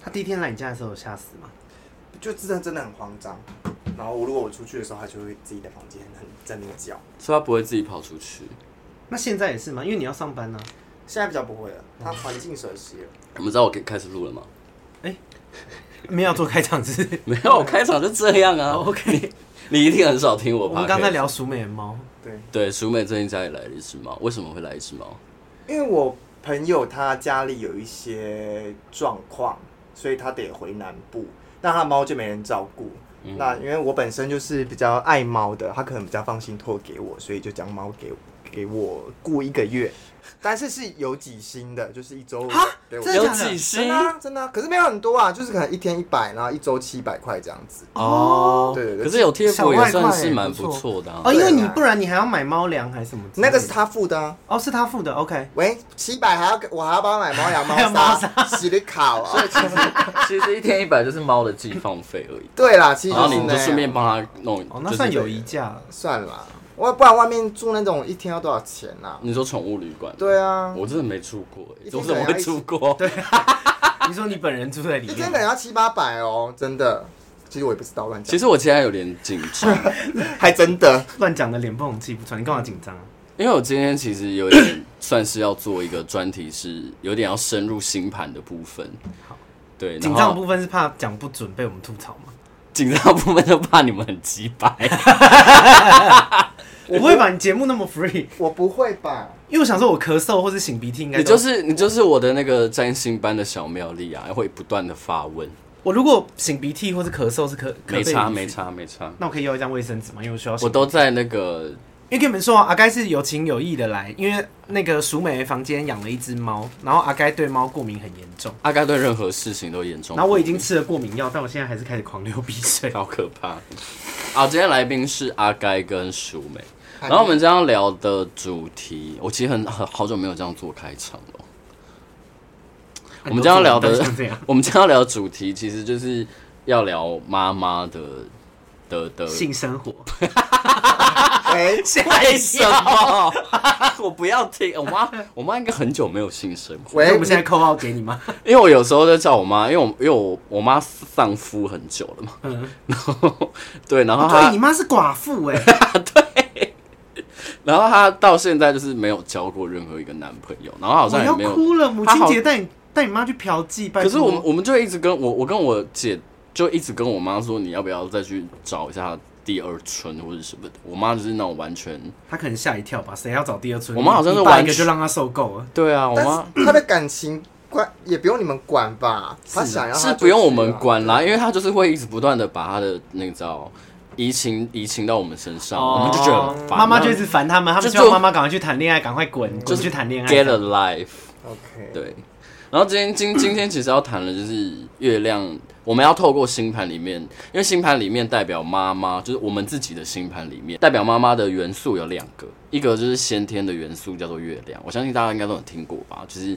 他第一天来你家的时候有吓死吗？就真的真的很慌张。然后我如果我出去的时候，他就会自己在房间很在那边叫。所以他不会自己跑出去。那现在也是吗？因为你要上班呢、啊现在比较不会了，他环境熟悉了。你们知道我给开始录了吗？没有做开场是 不是没有，我开场就这样啊。OK，你你一定很少听我。我们刚才，聊熟美的猫，对，对，淑美最近家里来了一只猫，为什么会来一只猫？因为我朋友他家里有一些状况，所以他得回南部，那他猫就没人照顾。那因为我本身就是比较爱猫的，他可能比较放心托给我，所以就将猫给给我雇一个月，但是是有几薪的，就是一周给我真的有假的几真星的？啊真的啊，可是没有很多啊，就是可能一天一百，然后一周七百块这样子。哦对对对可是有贴小补外也快算是蛮不不错错的啊 哦，。因为你对啊不然你还要买猫粮还是什么之类的？那个是他付的啊，哦，是他付的，OK。喂，七百还要给我还要帮 他买猫粮、还有猫砂、洗的烤啊。其实一天一百就是猫的寄放费而已。对啦，其实然就后是你那就样顺便帮他弄，哦，那就是算友谊价了。算了啦，我不然外面住那种一天要多少钱啊？你说宠物旅馆？对啊，我真的没住过欸，一天我怎么会住过？对，你说你本人住在里一面天可，能要七八百哦，真的。其实我也不知道乱讲，其实我现在有点紧张，还真的乱讲的脸不红气不喘，你干嘛紧张啊？因为我今天其实有点 算是要做一个专题，是有点要深入星盘的部分。对，紧然张的后部分是怕讲不准被我们吐槽吗？紧张的部分就怕你们很鸡掰。我不会把你节目那么 free，我不会吧？因为我想说我咳嗽或是擤鼻 涕应该你都就是你就是我的那个占星班的小妙丽啊，会不断的发问，我如果擤鼻涕或是咳嗽是可可没被差允许没差没差，那我可以要一张卫生纸吗？因为我需要擤。我都在那个因为跟你们说啊，阿该是有情有义的来，因为那个淑美房间养了一只猫，然后阿该对猫过敏很严重，阿该对任何事情都严重。 然后我已经吃了过敏药，但我现在还是开始狂流鼻 水。好可怕。好，今天来宾是阿该跟淑美，然后我们今天要聊的主题，我其实很很好久没有这样做开场了。我们今天要聊的都是这样， 我们今天要聊的主题，其实就是要聊妈妈的的的。 性生 活，哎哎喂，为什 么？我不要听。我妈，我妈应该很久没有性生活，所以喂，我们现在扣号给你吗？ 因为我有时候在叫我妈，因为我因为我我妈丧夫很久了嘛，嗯， 然后对，然后哦她、对你妈是寡妇哎、然后她到现在就是没有交过任何一个男朋友，然 后好我像也要没有哭了，母她亲好节带你带你妈去嫖妓，拜 可是托我们我们就一直跟我我跟我姐就一直跟我妈说，你要不要再去找一下第二春或者什么的。我妈就是那种完全她可能吓一跳吧，谁要找第二春？我妈好像是你爸完一个就全让她受够了。对啊，我但妈是他的感情管也不用你们管吧？他是想要是他就不用我们去啊管啦，因为她就是会一直不断的把她的那个叫移情移情到我们身上，我们就觉得很烦。妈妈就一是直烦他们，他们就希望就妈妈赶快去谈恋爱，赶快滚，就滚是去谈恋爱。 get a life， OK，对。然后今天今今天其实要谈的就是月亮，我们要透过星盘里面，因为星盘里面代表妈妈，就是我们自己的星盘里面代表妈妈的元素有两个，一个就是先天的元素叫做月亮，我相信大家应该都有听过吧，就是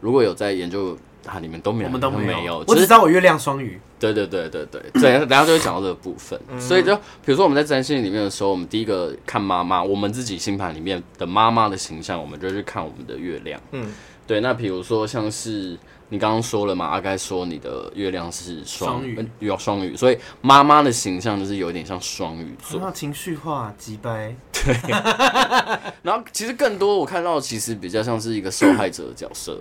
如果有在研究啊，你们都没有，我们都没没有，我就只是知道我月亮双鱼。对对对对对，等一下等一下就会讲到这个部分。所以就比如说我们在占星里面的时候，我们第一个看妈妈，我们自己星盘里面的妈妈的形象，我们就去看我们的月亮。嗯，对。那比如说像是你刚刚说了嘛，阿该说你的月亮是双双鱼呃有双鱼，所以妈妈的形象就是有点像双鱼座。那情绪化，急掰。然后其实更多我看到其实比较像是一个受害者的角色。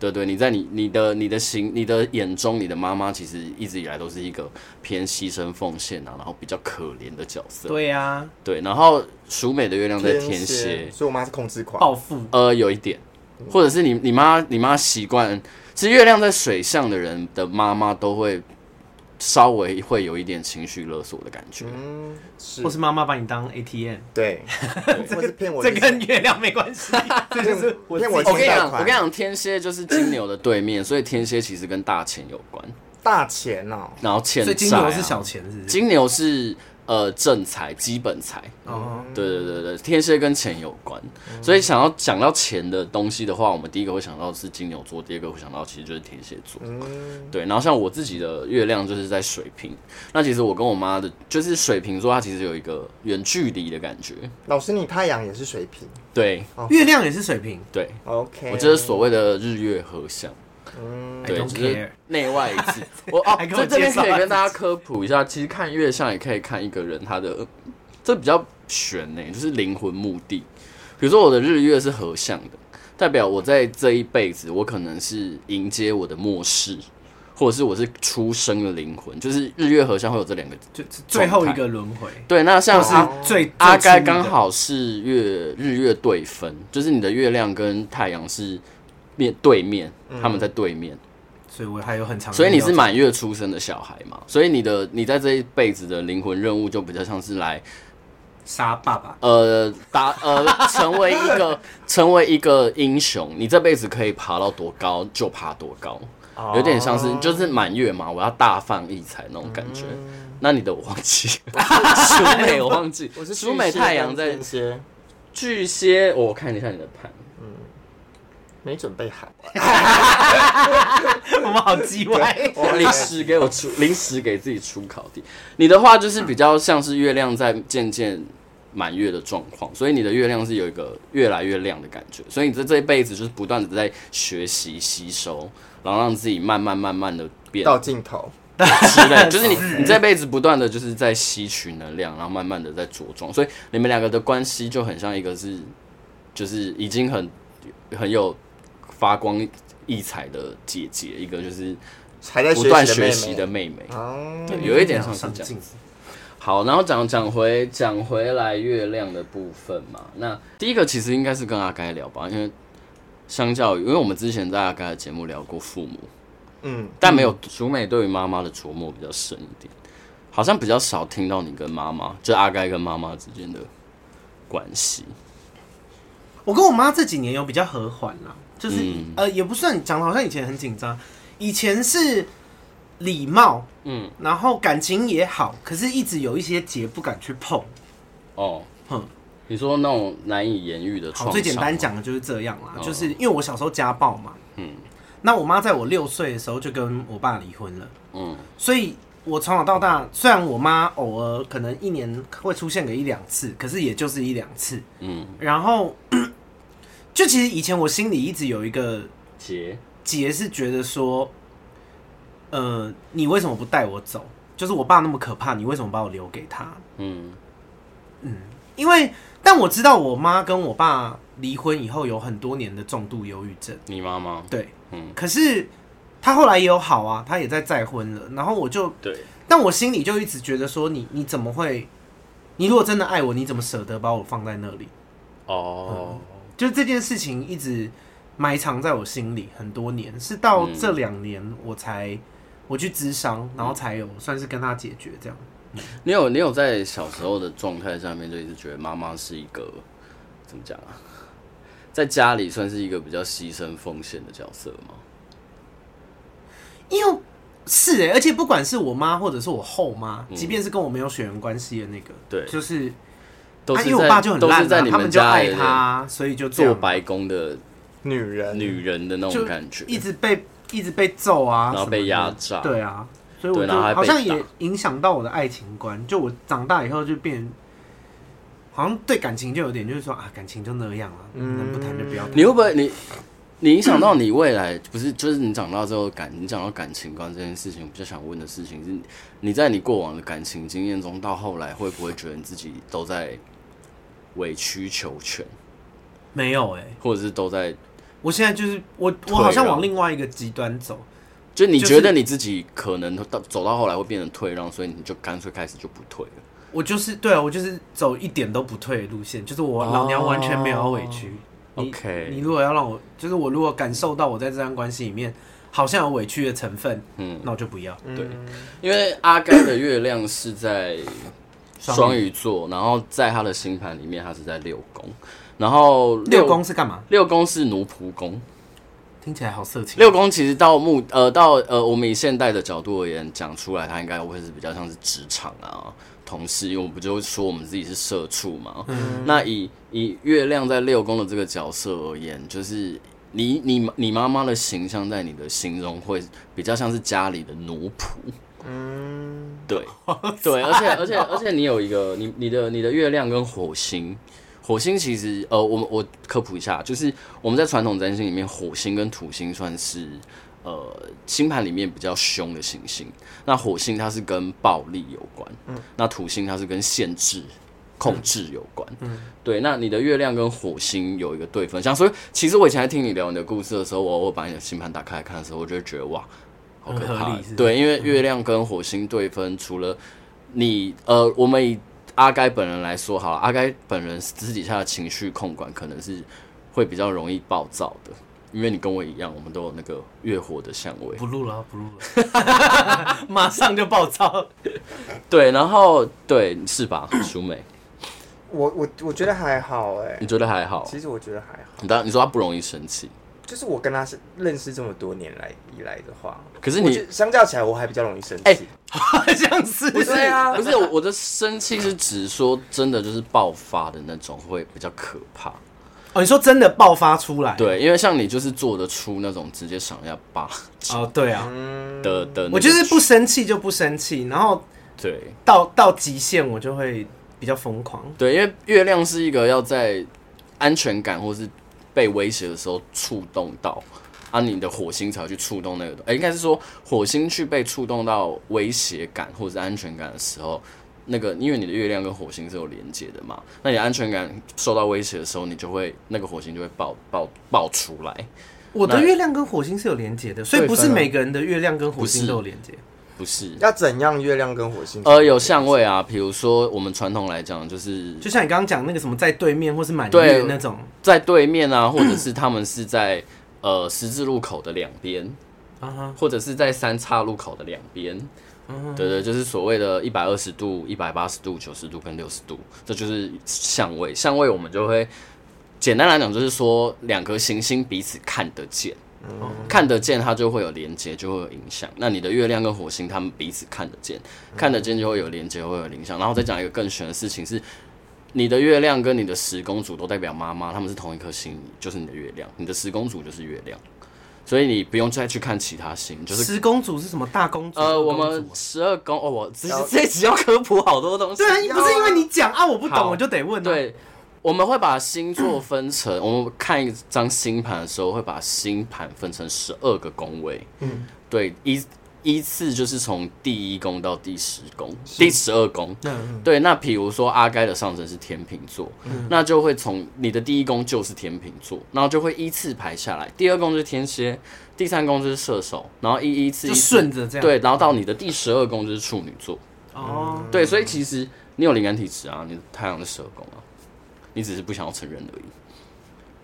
对对，你在你你的你的行你的眼中，你的妈妈其实一直以来都是一个偏牺牲奉献啊，然后比较可怜的角色。对呀，对，然后淑美的月亮在天蝎，蝎，所以我妈是控制狂。暴富。呃，有一点，或者是你你妈你妈习惯，其实月亮在水象的人的妈妈都会稍微会有一点情绪勒索的感觉。嗯，是或，是妈妈把你当 ATM， 对，或是骗我这的钱，跟月亮没关系，这就是我自骗我己我跟你欠贷讲，我款跟你讲，天蝎就是金牛的对面，所以天蝎其实跟大钱有关。大钱哦。然后欠所债、啊。以金牛是小钱，是不是？金牛是呃正财、基本财。哦，对对对对，天蝎跟钱有关，所以想要讲到钱的东西的话，我们第一个会想到是金牛座，第二个会想到其实就是天蝎座。嗯，对，然后像我自己的月亮就是在水瓶，那其实我跟我妈的，就是水瓶座，它其实有一个远距离的感觉。老师，你太阳也是水瓶对哦月亮也是水瓶，对， ，OK？我就是所谓的日月合相。嗯，对， don't 只是 care 内外一 致。我哦还，跟这我这边介绍可以跟大家科普一下，其实看月相也可以看一个人他的，呃这比较悬呢、就是灵魂目的。比如说我的日月是合相的，代表我在这一辈子，我可能是迎接我的末世，或者是我是出生的灵魂，就是日月合相会有这两个。就最后一个轮回，对，那像或是阿最啊阿最该初的刚好是月日月对分，就是你的月亮跟太阳是面对面，他嗯们在对面。所以我还有很长的所以你路是要走满月出生的小孩嘛？所以你的你在这一辈子的灵魂任务就比较像是来杀爸 爸，呃达呃成为一 个成为一个英雄，你这辈子可以爬到多高就爬多高，哦有点像是就是满月嘛，我要大放异彩那种感觉。那你的我忘 记，苏美我忘记，嗯我是苏美太阳在些巨蟹，我看一下你的盘，没准备好，我们好叽歪。我 临时给我出，临时给自己出考题。你的话就是比较像是月亮在渐渐满月的状况，所以你的月亮是有一个越来越亮的感觉，所以你在这一辈子就是不断的在学习吸收，然后让自己慢慢慢慢的变到尽头。之类，就是你你这辈子不断的就是在吸取能量，然后慢慢的在茁壮，所以你们两个的关系就很像一个是就是已经很很有发光溢彩的姐姐，一个就是。还在不断学学习习的的妹妹妹妹。哦，对有一点像是上这样镜，好，然后讲讲回讲回来月亮的部分嘛，那第一个其实应该是跟阿该聊吧，因为相较于，因为我们之前在阿该的节目聊过父母，嗯，但没有淑美对于妈妈的琢磨比较深一点，好像比较少听到你跟妈妈，就阿该跟妈妈之间的关系。我跟我妈这几年有比较和缓啦，就是、嗯呃也不算讲得好像以前很紧张，以前是礼貌，嗯，然后感情也好，可是一直有一些结不敢去碰。哦，哼，你说那种难以言喻的创好，伤，最简单，讲的就是这样啦，哦就是因为我小时候家暴嘛，嗯那我妈在我六岁的时候就跟我爸离婚了，嗯所以我从小到大，虽然我妈偶尔可能一年会出现个一两次，可是也就是一两次。嗯，然后 就其实以前我心里一直有一个结，结，是觉得说，呃，你为什么不带我走？就是我爸那么可怕，你为什么把我留给他？嗯因为，但我知道我妈跟我爸离婚以后有很多年的重度忧郁症，你妈妈，对，嗯，可是她后来也有好啊，她也在再婚了。然后我就，对，但我心里就一直觉得说，你你怎么会？你如果真的爱我，你怎么舍得把我放在那里？哦，就这件事情一直埋藏在我心里很多年，是到这两年我才我去咨商，然后才有算是跟他解决这样。你有你有在小时候的状态下面就一直觉得妈妈是一个怎么讲啊，在家里算是一个比较牺牲奉献的角色吗？因为是哎、而且不管是我妈或者是我后妈，即便是跟我没有血缘关系的那个，嗯对就是都啊是因为在、我爸就很都烂、啊，是在你他们就家爱里他啊，所以就这样做白工的女人，女人的那就种感觉，一直被一直被揍啊，然后被压榨什么的对啊，所以我对然后就还被好像打也影响到我的爱情观，就我长大以后就变，好像对感情就有点就是说啊，感情就那样啊，嗯能不谈就不要谈。你会不会你你影响到你未来？不是，就是你长大之后感，你讲到感情观这件事情，我比较想问的事情是，你在你过往的感情经验中，到后来会不会觉得你自己都在委曲求全，没有哎、或者是都在我现在就是我，我退好像让往另外一个极端走，就你就觉是得你自己可能到走到后来会变成退让，所以你就干脆开始就不退了。我就是对啊，我就是走一点都不退的路线，就是我哦老娘完全没有要委屈。你 OK 你如果要让我，就是我如果感受到我在这段关系里面好像有委屈的成分，嗯，那我就不要。对，因为阿该的月亮是在双鱼双鱼座，然后在他的星盘里面他是在六宫，然后六宫是干嘛？六宫是奴仆宫，听起来好色情。六宫其实到目呃到呃我们以现代的角度而言讲出来，它应该会是比较像是职场啊同事，因为我们就会说我们自己是社畜嘛。那以以月亮在六宫的这个角色而言，就是你你你妈妈的形象在你的心中会比较像是家里的奴仆。嗯，对对，而且而且而且你有一个你你的你的月亮跟火星，火星其实呃，我们我科普一下，就是我们在传统占星里面，火星跟土星算是呃星盘里面比较凶的行星。那火星它是跟暴力有关，嗯那土星它是跟限制、控制有关。嗯对，那你的月亮跟火星有一个对分像，所以其实我以前在听你聊你的故事的时候，我我把你的星盘打开来看的时候，我就会觉得哇，好可很合怕理欸是不是。嗯对，因为月亮跟火星对分，除了你呃，我们以阿该本人来说好了，阿该本人私底下的情绪控管可能是会比较容易暴躁的，因为你跟我一样，我们都有那个月火的相位。不录了啊，不录了， 马上就暴 躁。对，然后对是 吧，淑美，我我我觉得还好哎、你觉得还好？其实我觉得还好，你当你说他不容易生气，就是我跟他是认识这么多年来以来的话，可是我你觉得相较起来我还比较容易生气。哎像是不是对啊不是我我的生气是指说真的就是爆发的那种会比较可怕。哦，你说真的爆发出来？对，因为像你就是做得出那种直接赏人家巴哦，对啊，嗯嗯的的那个，我就是不生气就不生气，然后对到到极限我就会比较疯狂。对，因为月亮是一个要在安全感或是被威胁的时候触动到。啊，你的火星才会去触动那个东，哎、应该是说火星去被触动到威胁感或者是安全感的时候，那个因为你的月亮跟火星是有连接的嘛，那你的安全感受到威胁的时候，你就会那个火星就会爆爆爆出来，我的月亮跟火星是有连接的，所以不是对分啊每个人的月亮跟火不是星都有连接。不是？要怎样月亮跟火星？呃，有相位啊，比如说我们传统来讲，就是就像你刚刚讲那个什么在对面或是满对月那种在对面啊，或者是他们是在呃十字路口的两边，啊哈，或者是在三岔路口的两边。对对，就是所谓的一百二十度、一百八十度、九十度跟六十度，这就是相位。相位我们就会简单来讲，就是说两颗行星彼此看得见，看得见它就会有连接，就会有影响。那你的月亮跟火星，它们彼此看得见，看得见就会有连接，会有影响。然后再讲一个更玄的事情是，你的月亮跟你的十公主都代表妈妈，他们是同一颗星，就是你的月亮，你的十公主就是月亮，所以你不用再去看其他星，就是十公主是什么大公主？呃，二我公主们十二宫哦，我这然后这一集要科普好多东西。对啊，不是因为你讲啊，我不好懂我就得问、啊。，对，我们会把星座分成，我们看一张星盘的时候，会把星盘分成十二个宫位。嗯，对，依依次就是从第一宫到第十宫，第十二宫。嗯对，那比如说阿该的上升是天秤座，那就会从你的第一宫就是天秤座，然后就会依次排下来，第二宫就是天蝎，第三宫就是射手，然后一依次就依次顺着这样。对，然嗯后到你的第十二宫就是处女座。哦，对，所以其实你有灵感体质啊，你的太阳是蛇宫啊，你只是不想要承认而已。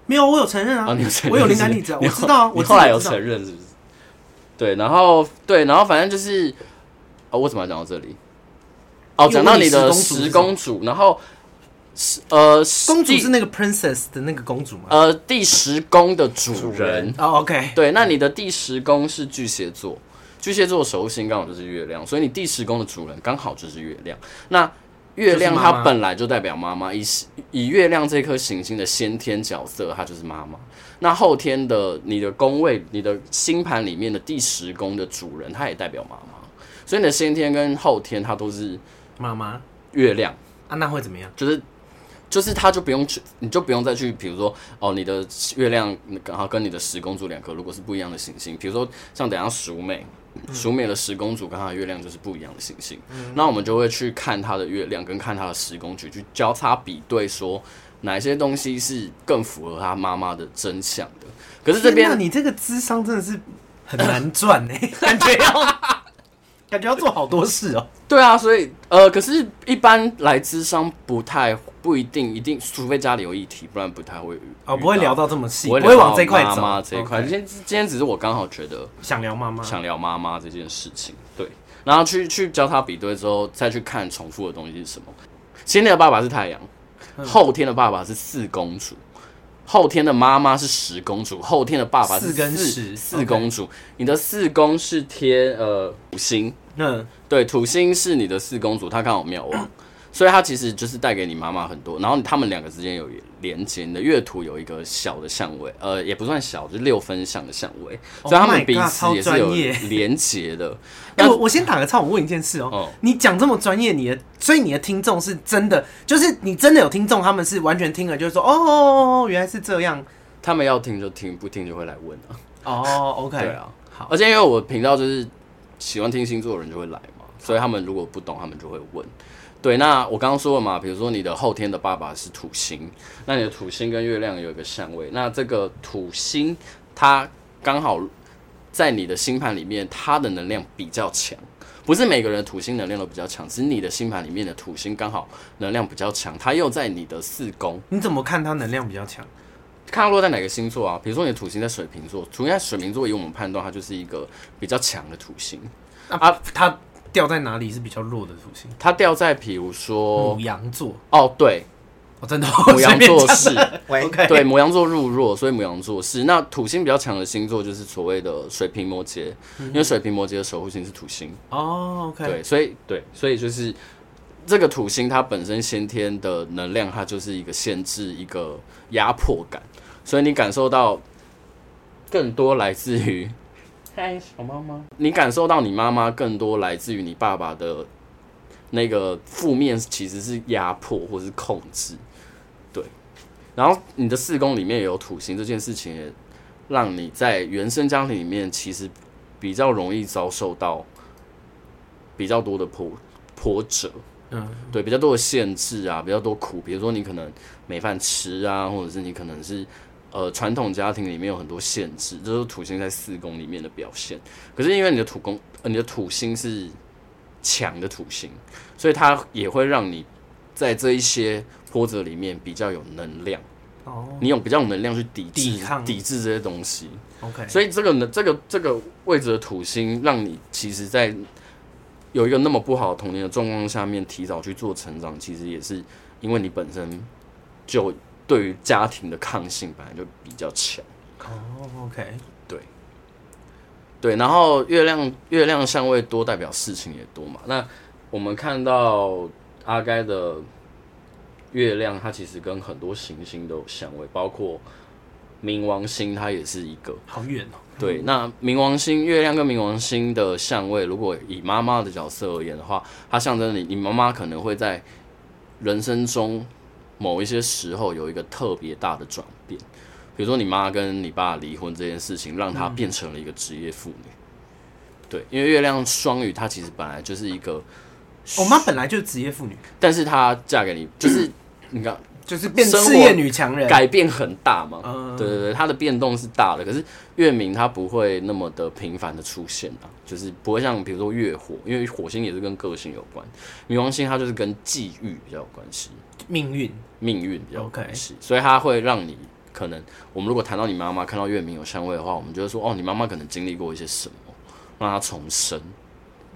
没有，我有承认啊，啊，你有承认我有灵是感不体是质啊，你我后知道啊，你我后来有知道承认是不是？对，然后对，然后反正就是，哦，我怎么讲到这里？哦，因为讲到你你十的公主是十什么公主，然后十呃十公主第是那个 princess 的那个公主吗？呃第十宫的主主人人，哦，OK，对，那你的第十宫是巨蟹座，巨蟹座首星刚好就是月亮，所以你第十宫的主人刚好就是月亮。那月亮就是妈妈它本来就代表妈妈，以以月亮这颗行星的先天角色，它就是妈妈。那后天的你的宫位、你的星盘里面的第十宫的主人，它也代表妈妈，所以你的先天跟后天它都是妈妈月亮。啊，那会怎么样？就是就是他就不用去，你就不用再去，比如说哦，你的月亮然后跟你的十公主两颗如果是不一样的行星，比如说像等一下熟美。嗯熟美的十公主跟她的月亮就是不一样的行星，那我们就会去看她的月亮跟看她的十公主去交叉比对，说哪一些东西是更符合她妈妈的真相的。可是这边天哪你这个智商真的是很难赚哎， 感觉要感觉要做好多事哦。对啊，所以呃，可是一般来智商不太不一定一定，除非家里有议题，不然不太会遇哦，不会聊到到这么细，我不会往这一块妈走。妈这一块，今 OK，啊天今天只是我刚好觉得想聊妈妈，想聊妈妈这件事情，对，然后去去教他比对之后，再去看重复的东西是什么。先天的爸爸是太阳，嗯后天的爸爸是四公主，后天的妈妈是十公主，后天的爸爸是四跟四十四 OK 公主。你的四宫是天呃土星，嗯，对，土星是你的四公主，她刚好庙王，所以她其实就是带给你妈妈很多。然后他们两个之间有连接，你的月土有一个小的相位，呃，也不算小，就是六分相的相位，所以他 Oh my 们 God，彼此超也是有专业连接的。哎、那我我先打个岔，我问一件事哦、哦你讲这么专业，你的所以你的听众是真的，就是你真的有听众，他们是完全听了就是说，哦哦哦，哦原来是这样，他们要听就听，不听就会来问啊。哦，OK，对啊，好而且因为我频道就是喜欢听星座的人就会来嘛，所以他们如果不懂，他们就会问。对，那我刚刚说了嘛，比如说你的后天的爸爸是土星，那你的土星跟月亮有一个相位，那这个土星它刚好在你的星盘里面，它的能量比较强。不是每个人的土星能量都比较强，只是你的星盘里面的土星刚好能量比较强，它又在你的四宫，你怎么看他能量比较强？看它落在哪个星座啊？比如说你的土星在水瓶座，土星在水瓶座，以我们判断，它就是一个比较强的土星。啊，他掉在哪里是比较弱的土星？它掉在比如说母羊座，哦，对，哦，真的哦， 母羊随便讲座的是，喂， OK，对，母羊座入弱，所以母羊座是。那土星比较强的星座就是所谓的水瓶摩羯，嗯因为水瓶摩羯的守护星是土星，哦，OK，对，所以对，所以就是这个土星它本身先天的能量，它就是一个限制，一个压迫感，所以你感受到更多来自于。嗨，小猫猫。你感受到你妈妈更多来自于你爸爸的那个负面，其实是压迫或是控制，对。然后你的四宫里面有土星这件事情，也让你在原生家庭里面其实比较容易遭受到比较多的波波折，嗯，对，比较多的限制啊，比较多苦，比如说你可能没饭吃啊，或者是你可能是呃传统家庭里面有很多限制，这都是土星在四宫里面的表现。可是因为你的土宫，呃，你的土星是强的土星，所以它也会让你在这一些波折里面比较有能量，哦你有比较有能量去抵制抵抗抵制这些东西。 ，OK，所以这个呢，这个这个位置的土星，让你其实，在有一个那么不好的童年的状况下面，提早去做成长，其实也是因为你本身就对于家庭的抗性本来就比较强。哦，OK，对，然后月亮月亮相位多代表事情也多嘛。那我们看到阿该的月亮，它其实跟很多行星都有相位，包括冥王星，它也是一个。好远哦，对，那冥王星、月亮跟冥王星的相位，如果以妈妈的角色而言的话，它象征你，你妈妈可能会在人生中某一些时候有一个特别大的转变，比如说你妈跟你爸离婚这件事情，让她变成了一个职业妇女。对，因为月亮双鱼，她其实本来就是一个，我妈本来就是职业妇女，但是她嫁给你，就是你看就是变生活事业女强人，改变很大嘛。嗯对对对，它的变动是大的，可是月明它不会那么的频繁的出现啊，就是不会像比如说月火，因为火星也是跟个性有关，冥王星它就是跟际遇比较有关系，命运命运比较有关系所以它会让你可能我们如果谈到你妈妈，看到月明有相位的话，我们就会说哦，你妈妈可能经历过一些什么，让她重生。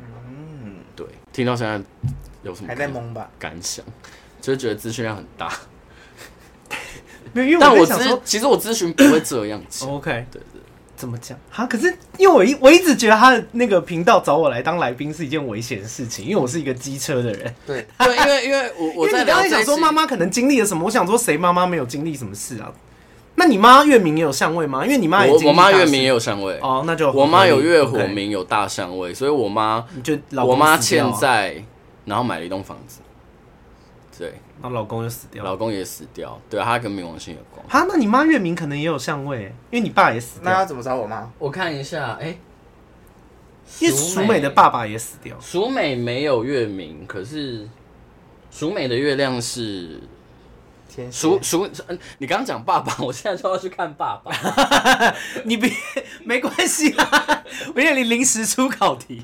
嗯，对，听到现在有什么还在懵吧？感想？就是觉得资讯量很大，没有，因为但我在想咨说哦其实我咨询不会这样 子。 ，OK，对对。怎么讲？哈，可是因为我一我一直觉得他的那个频道找我来当来宾是一件危险的事情，因为我是一个机车的人。对， 对，因为因为我我因为在你刚才聊这想一说期妈，妈可能经历了什么，我想说谁妈妈没有经历什么事啊？那你妈月明也有相位吗？因为你妈也我经历我妈大月事明也有相位，哦，那就我妈有月火 OK 明有大相位，所以我妈你就老公我妈死掉欠啊，债，然后买了一栋房子，对，那哦老公就死掉老了。公也死掉，对，她跟冥王星有关。哈，那你妈月明可能也有相位，因为你爸也死那要掉，怎么找我妈？我看一下，哎、因为淑美的爸爸也死掉。蜀美没有月明，可是蜀美的月亮是天蝎蜀蜀，嗯你刚刚讲爸爸，我现在就要去看爸爸。你别没关系啦，我有点临时出考题，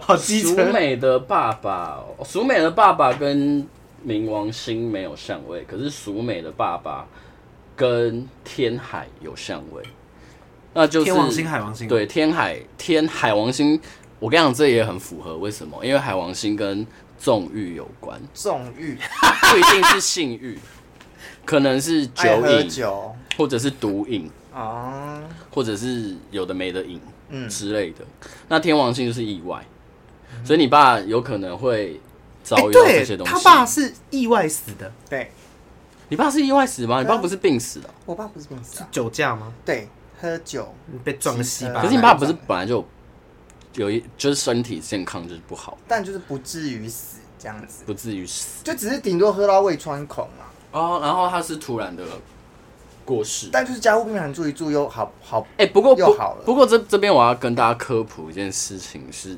好机蜀车。美的爸爸哦，蜀美的爸爸跟冥王星没有相位，可是蜀美的爸爸跟天海有相位，那就是天王星、海王星，，对天海天海王星，我跟你讲，这也很符合为什么？因为海王星跟纵欲有关，纵欲，不一定是性欲，可能是酒爱喝瘾，酒或者是毒瘾，啊，或者是有的没的瘾，嗯之类的。那天王星就是意外，所以你爸有可能会哎遭遇到这些哎对，东西。他爸是意外死的，对你爸是意外死吗？你对啊爸不是病死的哦、我爸不是病死啊，酒驾吗？对，喝酒，被撞稀啊巴烂。可是你爸不是本来就有一就是身体健康就是不好，但就是不至于死这样子，不至于死就只是顶多喝到胃穿孔嘛。啊哦。然后他是突然的过世。但就是加护病房住一住又好好，哎、不过又不好了不过这这边我要跟大家科普一件事情是。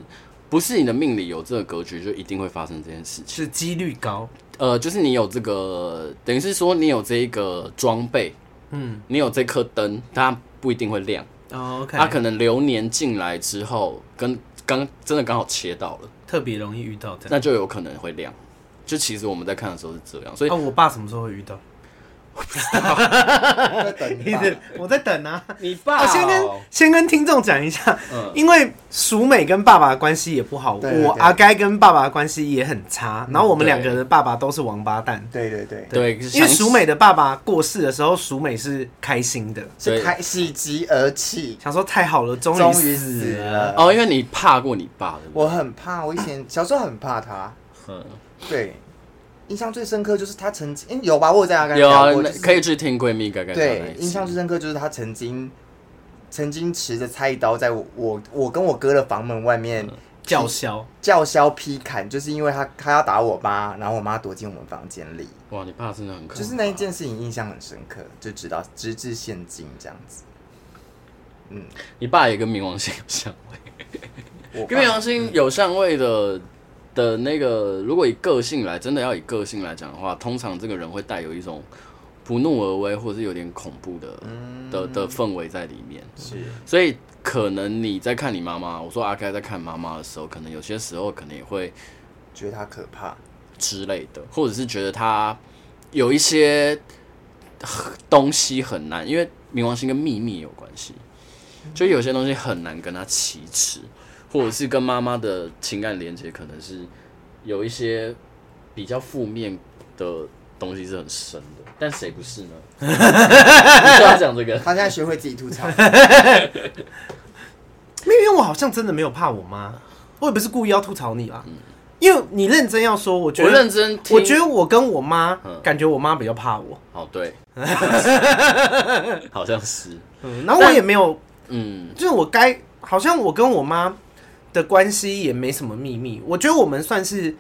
不是你的命里有这个格局，就一定会发生这件事情。是几率高，呃，就是你有这个，等于是说你有这一个装备，嗯你有这颗灯，它不一定会亮。哦，OK，它可能流年进来之后，跟刚真的刚好切到了，特别容易遇到这样。那就有可能会亮。就其实我们在看的时候是这样，所以哦啊，我爸什么时候会遇 到？在 等你一吧直我在等 啊。你啊，先跟哦先跟听众讲一下，哦嗯因为淑美跟爸爸的关系也不好，对对对我阿该跟爸爸的关系也很差，然后我们对两个人的爸爸都是王八蛋。对对对，对，因为想淑美的爸爸过世的时候，淑美是开心的，是对开喜极而泣，想说太好了，终终于于死死了。了。哦，因为你怕过你爸的，我很怕，我以前小时候很怕他。嗯对，印象最深刻就是他曾经、诶有吧，我有在阿甘有啊，聊过，那就是可以去听闺蜜盖盖对，印象最深刻就是他曾经曾经持着菜刀在我我我跟我哥的房门外面叫嚣，叫嚣劈砍，就是因为他他要打我妈，然后我妈躲进我们房间里，哇，你爸真的很可怕就是那一件事情印象很深刻，就直到直至现今这样子。你爸也跟冥王星有相位，我跟冥王星有相位的的那个，如果以个性来，真的要以个性来讲的话，通常这个人会带有一种不怒而威，或者是有点恐怖的的的氛围在里面。是所以可能你在看你妈妈，我说阿该在看妈妈的时候，可能有些时候可能也会觉得他可怕，之类的，或者是觉得他有一些呃东西很难，因为冥王星跟秘密有关系，嗯就有些东西很难跟他启齿，或者是跟妈妈的情感连接可能是有一些比较负面的东西是很深的，但谁 不是呢？你就要讲这个，他现在学会自己吐 槽。没有，因为我好像真的没有怕我妈，我也不是故意要吐槽你啦。因为你认真要说，我觉我得认真听，我觉得我跟我妈，嗯感觉我妈比较怕我，好 对，好像是，嗯，然后我也没有嗯，就是我该好像我跟我妈的关系也没什么秘密，我觉得我们算是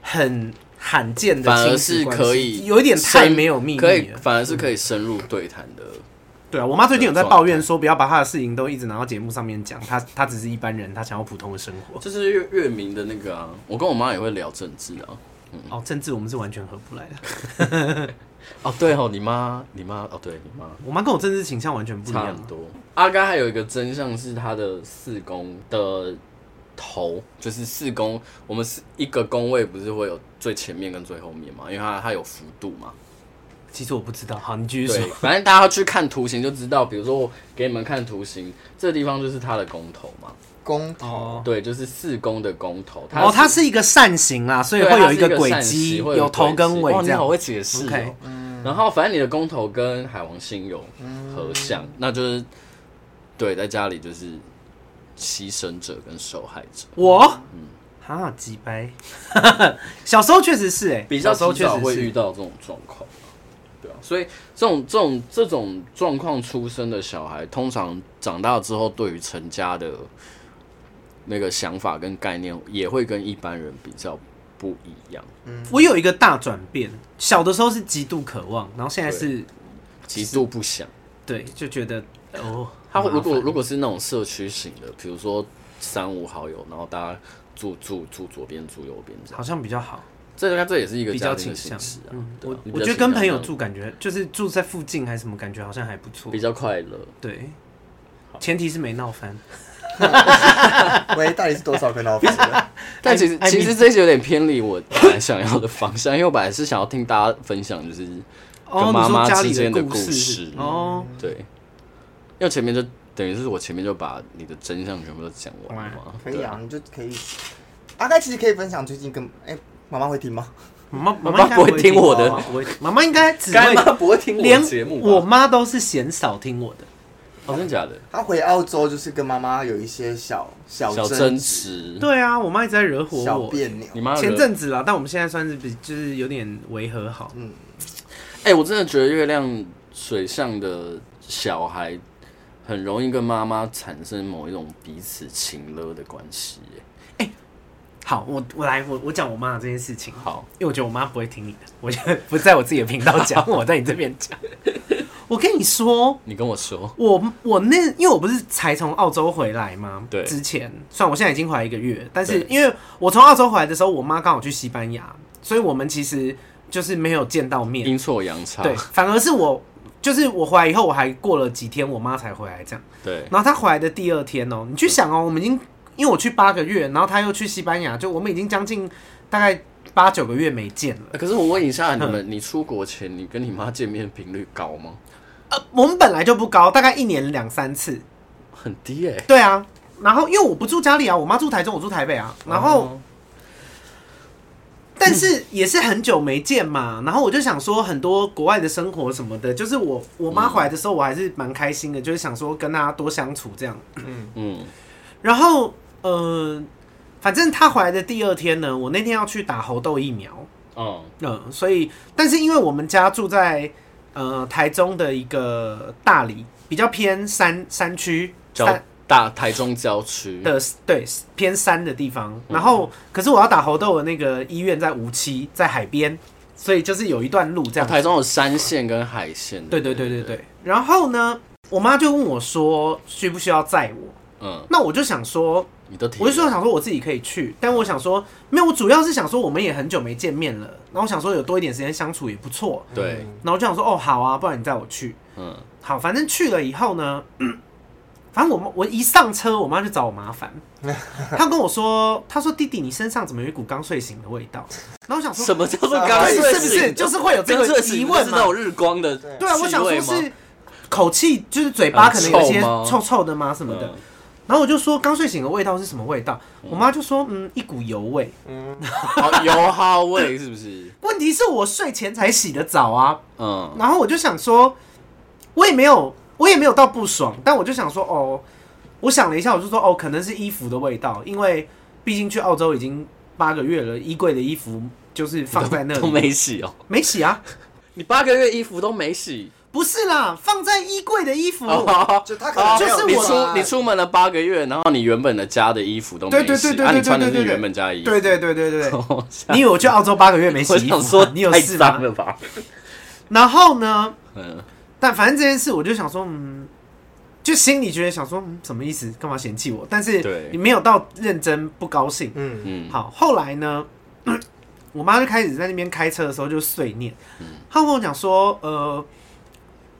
很罕见的反而亲子是关系，可以深，有一点太没有秘密可以了。嗯反而是可以深入对谈的。对啊，我妈最近有在抱怨说，不要把她的事情都一直拿到节目上面讲，她她只是一般人，她想要普通的生活。就是月月明的那个啊，我跟我妈也会聊政治啊。哦，政治我们是完全合不来的， 哦，对哦，你妈，你妈，哦，对你妈，我妈跟我政治倾向完全不一差样很。多。阿甘还有一个真相是他的四宫的头，就是四宫，我们是一个宫位不是会有最前面跟最后面嘛？因为它它有幅度嘛。其实我不知道，好，你继续对说。，反正大家去看图形就知道，比如说我给你们看图形，这地方就是它的宫头嘛。公哦，对，就是四宫的宫头。哦，它是一个扇形啦，所以会有一轨迹，有头跟尾这你好样。会解释、哦。 OK 然后反正你的公头跟海王星有合相，那就是对，在家里就是牺牲者跟受害者，我，嗯哈，几掰。 小时候确实是哎，比较小时候提确早实会是遇。到这种状况。对啊，所以这种这种这种状况出生的小孩，通常长大之后，对于成家的那个想法跟概念，也会跟一般人比较不一样，我有一个大转变，小的时候是极度渴望，然后现在是极度不想。对，就觉得哦，他好会麻如烦果如果是那种社区型的，比如说三五好友，然后大家住住住左边住右边这样，好像比较好，这它这也是一个比较家庭倾的形向式。啊。嗯，对啊我你比我较觉得倾跟向朋友那种住，感觉就是住在附近还是什么，感觉好像还不错比。较快乐。对，前提是没闹翻。喂，到底是多少 个脑粉？但其实艾艾米其 实这一集有点偏离我本来想要的方向，因为我本来是想要听大家分享，就是哦，跟你妈说妈家之里间的故故事事哦，对，因为前面就等于是我前面就把你的真相全部都讲完了嘛。可以对啊，啊，你就可以。阿该其实可以分享最近跟哎，妈、妈会听吗？妈妈妈妈应该不会听我的妈妈不会，妈妈应该只 干妈会不会听我连的节目吧？我妈都是嫌少听我的。哦，真的假的？他回澳洲就是跟妈妈有一些小小小争争、执，对啊，我妈一直在惹火小我。别扭你。妈惹前阵子啦，但我们现在算是比就是有点维和好。哎、我真的觉得月亮水象的小孩很容易跟妈妈产生某一种彼此情勒的关系耶。好，我我来我我讲我妈这件事情。好， 因为我觉得我妈不会听你的，我觉得不在我自己的频道讲，我在你这边讲。我跟你说，你跟我说，我我那因为我不是才从澳洲回来吗？对之前算我现在已经回来一个月，但是对因为我从澳洲回来的时候，我妈刚好去西班牙，所以我们其实就是没有见到面。阴错阳差。对，反而是我就是我回来以后，我还过了几天，我妈才回来这样。对然后她回来的第二天哦、你去想哦、我们已经因为我去八个月，然后她又去西班牙，就我们已经将近大概八九个月没见了。呃可是我问一下，你 们你出国前，你跟你妈见面频率高吗？呃，我们本来就不高，大概一年两三次。很低哎、对啊，然后因为我不住家里啊，我妈住台中，我住台北啊，然后、哦但是也是很久没见嘛，然后我就想说，很多国外的生活什么的，就是我我妈回来的时候，我还是蛮开心的，就是想说跟她多相处这样。嗯，然后呃，反正她回来的第二天呢，我那天要去打猴痘疫苗，哦，嗯，所以但是因为我们家住在呃台中的一个大理，比较偏山山区，郊山大台中郊区，的对偏山的地方，嗯然后、可是我要打猴痘的那个医院在无期，在海边，所以就是有一段路这样。哦台中有山线跟海线。对对对对对。然后呢，我妈就问我说需不需要载我？嗯，那我就想说，你都提了，我就说想说我自己可以去，但我想说没有，我主要是想说我们也很久没见面了，然后我想说有多一点时间相处也不错，对，然后我就想说哦好啊，不然你载我去。嗯，好，反正去了以后呢， 反正我妈我一上车，我妈就找我麻烦。她跟我说，她说弟弟，你身上怎么有一股刚睡醒的味道？然后我想说，什么叫做刚刚睡睡醒醒？是不是就是会有这个刚睡醒疑问是嘛那种日光的气味吗，对啊，我想说是口气，就是嘴巴可能有些很臭吗臭臭的吗？什么的。嗯然后我就说刚睡醒的味道是什么味道？我妈就说嗯，一股油味。嗯，好油耗味是不是？问题是我睡前才洗的澡啊，嗯，然后我就想说，我也没有，我也没有到不爽，但我就想说，哦，我想了一下，我就说，哦，可能是衣服的味道，因为毕竟去澳洲已经八个月了，衣柜的衣服就是放在那都里，没洗哦，没洗啊，你八个月衣服都没洗，不是啦，放在衣柜的衣服，哦就他可能就没有是你我啊出穿你出门了八个月，然后你原本的家的衣服都没洗，对对对对啊，对你穿的对是对对原本家的衣服，对 对对对对对， 哦。吓你以为我去澳洲八个月没洗我衣服想吗？说，你有太事吗脏？了吧？然后呢，嗯，但反正这件事，我就想说，嗯，就心里觉得想说，嗯，什么意思？干嘛嫌弃我？但对是你没有到认真不高兴。嗯，嗯好，后来呢， 我妈就开始在那边开车的时候就碎念，嗯她跟我讲说，呃，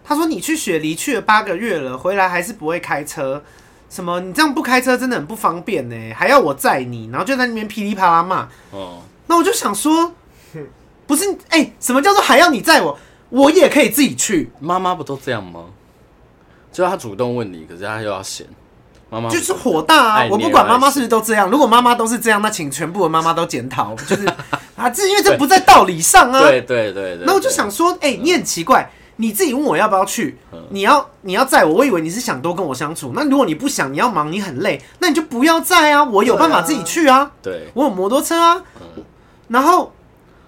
她说你去雪梨去了八个月了，回来还是不会开车，什么你这样不开车真的很不方便呢，还要我载你，然后就在那边噼里啪啦骂。哦，那我就想 说，不是，哎、什么叫做还要你载我？我也可以自己去，妈妈不都这样吗？就是她主动问你，可是她又要嫌妈妈不就是火大啊爱！我你也不管爱妈妈嫌是不是都这样，如果妈妈都是这样，那请全部的妈妈都检 讨，就是啊，这因为这不在道理上啊。对对对嗯对。那我就想说，哎、你很奇怪，你自己问我要不要去，嗯你要你要载我，我以为你是想多跟我相处。那如果你不想，你要忙，你很累，那你就不要载啊，我有办法自己去啊，对，嗯我有摩托车啊。然后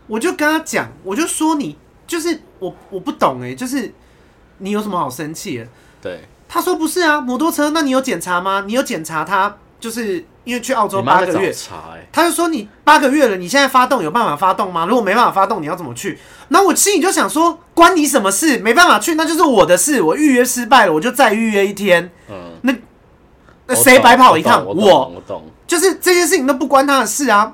我就跟他讲，我就说你就是我我不懂哎、就是你有什么好生气的？对他说不是啊，摩托车，那你有检查吗？你有检查他，就是因为去澳你洲妈八在个找月，茬哎，他就说你八个月了，你现在发动有办法发动吗？如果没办法发动，你要怎么去？然后我心里就想说，关你什么事？没办法去，那就是我的事。我预约失败了，我就再预约一天。嗯，那那我谁懂白跑一趟？我我懂我懂我懂，就是这件事情都不关他的事啊。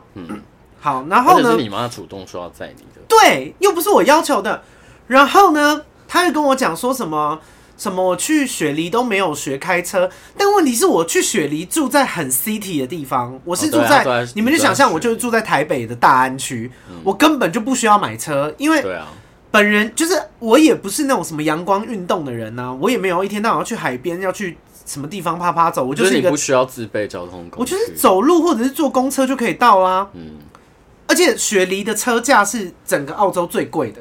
好，然后而且呢是？你妈主动说要载你的，对，又不是我要求的。然后呢，他又跟我讲说什么什么，我去雪梨都没有学开车，但问题是我去雪梨住在很 city 的地方，我是哦住对啊嗯在、住在你们就住在想象雪我就是住在台北的大安区，我根本就不需要买车，因为对啊，本人就是我也不是那种什么阳光运动的人呐、我也没有一天到晚要去海边要去什么地方啪啪走，我我就是一你个不需要自备交通工具，我就是，走路或者是坐公车就可以到啦、嗯，而且雪梨的车价是整个澳洲最贵的。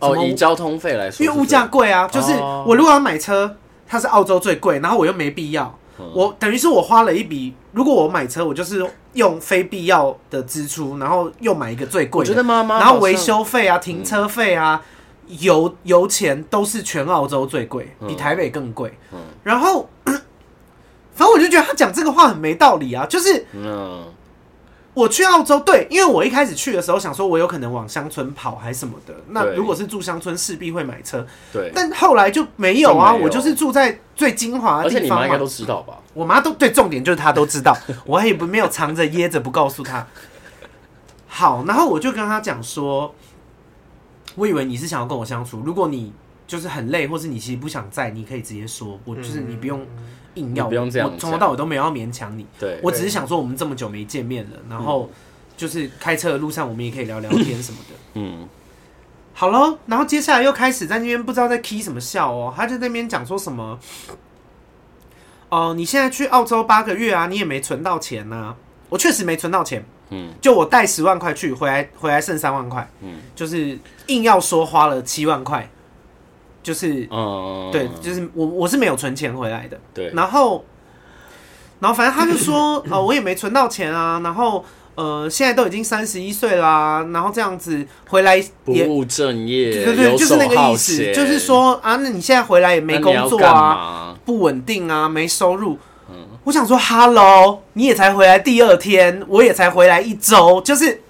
哦，什么以交通费来说，因为物价，贵啊，就是哦我如果要买车，它是澳洲最贵，然后我又没必要，嗯我等于是我花了一笔，如果我买车，我就是用非必要的支出，然后又买一个最我贵觉得的，妈妈好然像，后维修费啊、停车费啊、油油钱都是全澳洲最贵，嗯比台北更贵嗯。然 后，反正我就觉得他讲这个话很没道理啊，就是嗯，我去澳洲，对，因为我一开始去的时候想说，我有可能往乡村跑还是什么的。那对如果是住乡村，势必会买车，对，但后来就没有啊。就没有我就是住在最精华而的且地你妈方应该嘛都。知道吧？我妈都对，重点就是她都知道，我也不没有藏着掖着不告诉她。好，然后我就跟她讲说，我以为你是想要跟我相处，如果你就是很累，或是你其实不想在，你可以直接说，我就是你不用硬要，嗯你不用这样我从头讲到尾都没有要勉强你。对，我只是想说，我们这么久没见面了，然后就是开车的路上，我们也可以聊聊天什么的。嗯，好咯，然后接下来又开始在那边不知道在 k 什么笑哦，他就在那边讲说什么，哦、你现在去澳洲八个月啊，你也没存到钱呐、我确实没存到钱，嗯，就我带十万块去，回来回来剩三万块，嗯，就是硬要说花了七万块，就是嗯，对，就是我我是没有存钱回来的，对，然后，然后反正他就说，呃，我也没存到钱啊，然后呃，现在都已经三十一岁啦，然后这样子回来不也，务正业，对对对，游就是那手个好意思，闲就是，说啊，那你现在回来也那没你工要作干啊，嘛？嗯不稳定啊，没收入。我想说，Hello，你也才回来第二天，我也才回来一周，就是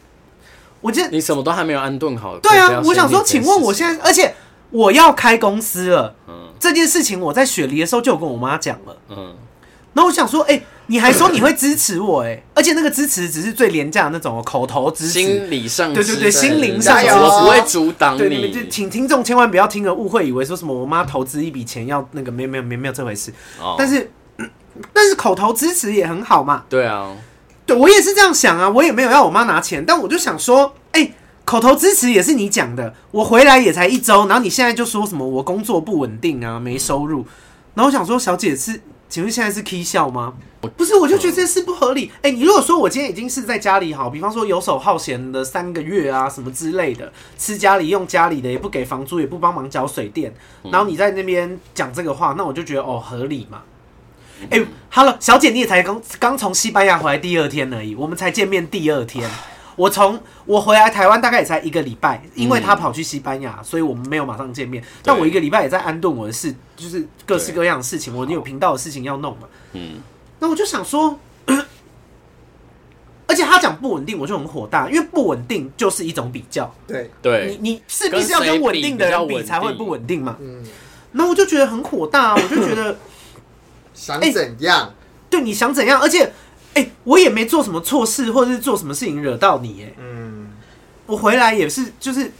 我这你什么都还没有安顿好。对可以啊不要，我想说，先请立问我这件事现情在，而且我要开公司了，嗯这件事情我在雪梨的时候就有跟我妈讲了。嗯，然后我想说，哎、你还说你会支持我、哎，而且那个支持只是最廉价的那种哦口头支持。心理上对对对支持心灵上啊加油我不会阻挡对，你们就你。请听众千万不要听了误会，以为说什么我妈投资一笔钱要那个没有没有没有没有这回事。哦但是 嗯但是口头支持也很好嘛，对啊，对我也是这样想啊，我也没有要我妈拿钱，但我就想说，哎、口头支持也是你讲的，我回来也才一周，然后你现在就说什么我工作不稳定啊，没收入，然后我想说，小姐是，请问现在是 K 笑吗？不是，我就觉得这件事不合理。哎、你如果说我今天已经是在家里好，比方说游手好闲的三个月啊，什么之类的，吃家里用家里的，也不给房租，也不帮忙缴水电，然后你在那边讲这个话，那我就觉得哦合理嘛。哎、h e l l o 小姐，你也才刚刚从西班牙回来第二天而已，我们才见面第二天。我从我回来台湾大概也才一个礼拜，因为他跑去西班牙，所以我们没有马上见面。但我一个礼拜也在安顿我的事，就是各式各样的事情，我有频道的事情要弄嘛。嗯，那我就想说，而且他讲不稳定，我就很火大，因为不稳定就是一种比较，对，你对，你势必是要跟稳定的人比才会不稳定嘛。嗯，那我就觉得很火大、啊，我就觉 得。想哎怎样？对你想怎样，而且，哎、我也没做什么错事，或者是做什么事情惹到你，哎，嗯，我回来也是就是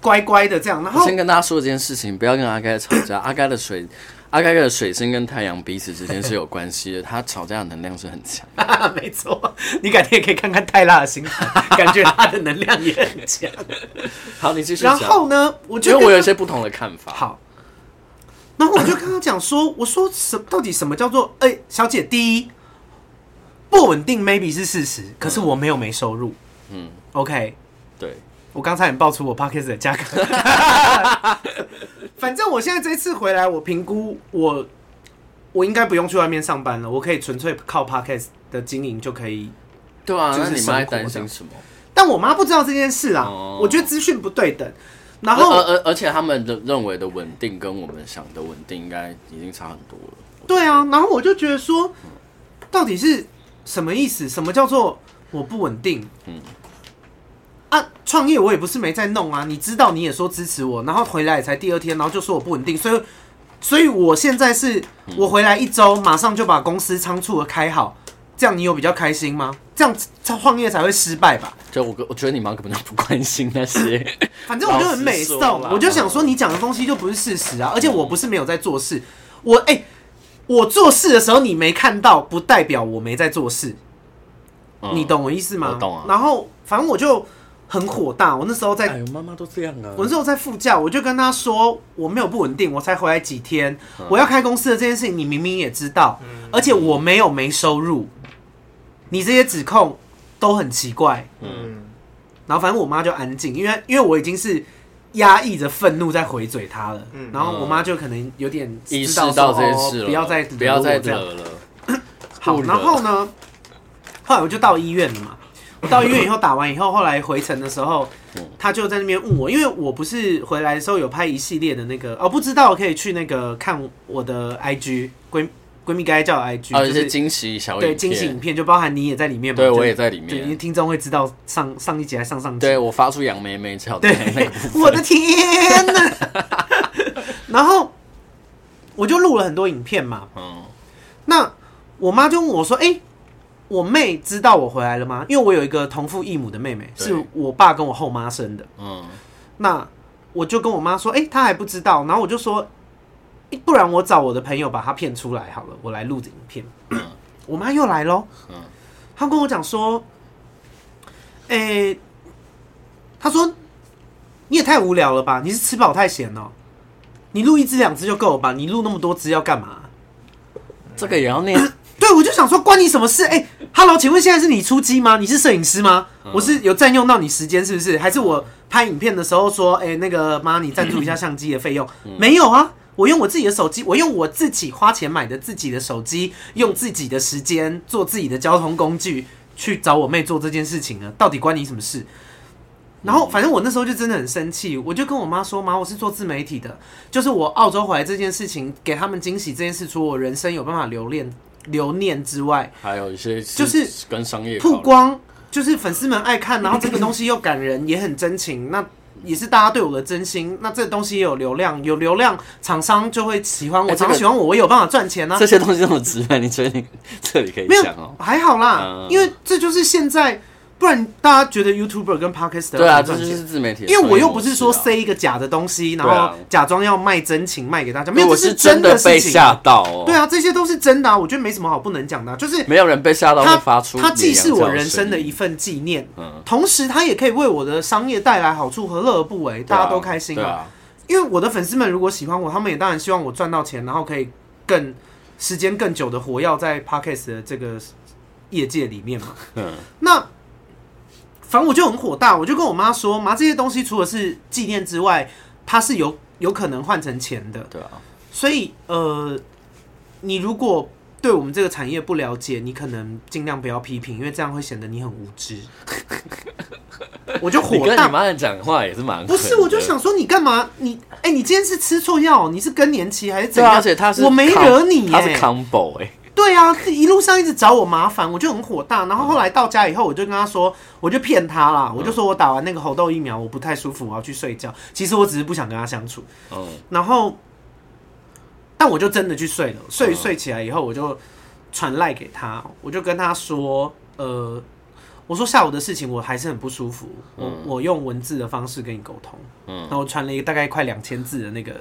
乖乖的这样，然我后先跟大家说一件事情，不要跟阿该吵架。阿该的水，阿该的水星跟太阳彼此之间是有关系的，他吵架的能量是很强。 没错，你改天也可以看看泰拉的星盘，感觉他的能量也很强。好，你继续然讲。后呢，我因就为我跟有一些不同的看法。好，然后我就跟他讲说，我说什到底什么叫做，哎、小姐，第一不稳定 maybe 是事实，可是我没有没收入，嗯， OK，对，我刚才也爆出我 podcast 的价格， 反正我现在这次回来，我评估我我应该不用去外面上班了，我可以纯粹靠 podcast 的经营就可以。对啊，就那是你妈在生活担心的什么？但我妈不知道这件事啊，哦呃我觉得资讯不对等。然而后而而而且他们的认为的稳定跟我们想的稳定应该已经差很多了。对啊，然后我就觉得说，到底是什么意思？什么叫做我不稳定？嗯嗯，啊，创业我也不是没在弄啊，你知道你也说支持我，然后回来也才第二天，然后就说我不稳定，所以，所以我现在是我回来一周，马上就把公司仓促的开好，这样你有比较开心吗？这样创业才会失败吧？就我我觉得你妈根本就不关心那些。 反正我就很美老实啊说送，啊啦嗯我就想说你讲的东西就不是事实啊，而且我不是没有在做事，我哎、我做事的时候你没看到，不代表我没在做事，嗯你懂我意思吗？我懂啊然后反正我就很火大，我那时候在哎呦，妈妈都这样啊。我那时候在副驾，我就跟他说我没有不稳定，我才回来几天，嗯我要开公司的这件事情你明明也知道，而且我没有没收入，你这些指控都很奇怪。嗯，然后反正我妈就安静，因为因为我已经是压抑着愤怒在回嘴她了，嗯然后我妈就可能有点意知识道到说这件事哦了，不要再不要惹我再这样。惹了。 好，不惹然后呢，后来我就到医院了嘛。我到医院以后打完以后，后来回程的时候，嗯他就在那边问我，因为我不是回来的时候有拍一系列的那个哦，不知道可以去那个看我的 IG 闺闺蜜该叫的 IG，、还就有啊一些是惊喜小对影惊喜片影，片，就包含你也在里面嘛。对就我也在里对，因为面，听众会知道上上一集还上上集。对我发出杨梅梅叫的对哎那个部分我的天呐！ 然后我就录了很多影片嘛。嗯，那我妈就问我说：“哎、我妹知道我回来了吗？”因为我有一个同父异母的妹妹，对是我爸跟我后妈生的。嗯，那我就跟我妈说：“哎、她还不知道。”然后我就说：“哎不然我找我的朋友把她骗出来好了，我来录影片。我妈又来喽，嗯她跟我讲说：“哎、她说你也太无聊了吧？你是吃饱太闲了、你录一只两只就够了吧？你录那么多只要干嘛？”这个也要念，对，我就想说关你什么事？哎、哈喽，请问现在是你出击吗？你是摄影师吗？我是有占用到你时间是不是？还是我拍影片的时候说，哎、那个妈，你赞助一下相机的费用？没有啊，我用我自己的手机，我用我自己花钱买的自己的手机，用自己的时间做自己的交通工具去找我妹做这件事情呢，到底关你什么事？然后，反正我那时候就真的很生气，我就跟我妈说：“妈，我是做自媒体的，就是我澳洲回来这件事情，给他们惊喜这件事，除了我人生有办法留恋留念之外，还有一些就是跟商业曝考量，光就是粉丝们爱看，然后这个东西又感人，也很真情，那也是大家对我的真心。那这个东西也有流量，有流量，厂商就会喜欢我，哎这厂个商喜欢我，我有办法赚钱啊这。些东西这么直白，你确定这里可以没有讲哦？还好啦嗯，因为这就是现在，不然大家觉得 YouTuber 跟 Podcaster 对啊，要这赚就钱是自媒体的因商业模式啊，为我又不是说塞一个假的东西，然对后啊假装要卖真情卖给大家，没对有，我这是真的被事情啊。吓到哦，对，啊，这些都是真的、啊，我觉得没什么好不能讲的啊、就是没有人被吓到它会发出啊它既是我人生生的一份纪念，嗯同时它也可以为我的商业带来好处，何乐而不为？大家都开心对啊！啊，因为我的粉丝们如果喜欢我，他们也当然希望我赚到钱，然后可以更时间更久的活跃在 podcast 的这个业界里面嘛。嗯，那反正我就很火大，我就跟我妈说：“妈，这些东西除了是纪念之外，它是有有可能换成钱的。对啊，所以呃，你如果对我们这个产业不了解，你可能尽量不要批评，因为这样会显得你很无知。我就你火跟你大，妈讲话也是蛮狠的不是，我就想说你干嘛？你哎、你今天是吃错药，你是更年期还是怎对啊，样？而且他是我没惹你、耶他是 combo 哎，对啊，一路上一直找我麻烦，我就很火大。然后后来到家以后，我就跟他说，我就骗他啦，我就说我打完那个猴痘疫苗，我不太舒服，我要去睡觉。其实我只是不想跟他相处。嗯，然后，但我就真的去睡了。睡嗯一睡起来以后，我就传赖给他，我就跟他说，呃，我说下午的事情我还是很不舒服，我嗯我用文字的方式跟你沟通。嗯，然后我传了一个大概快两千字的那个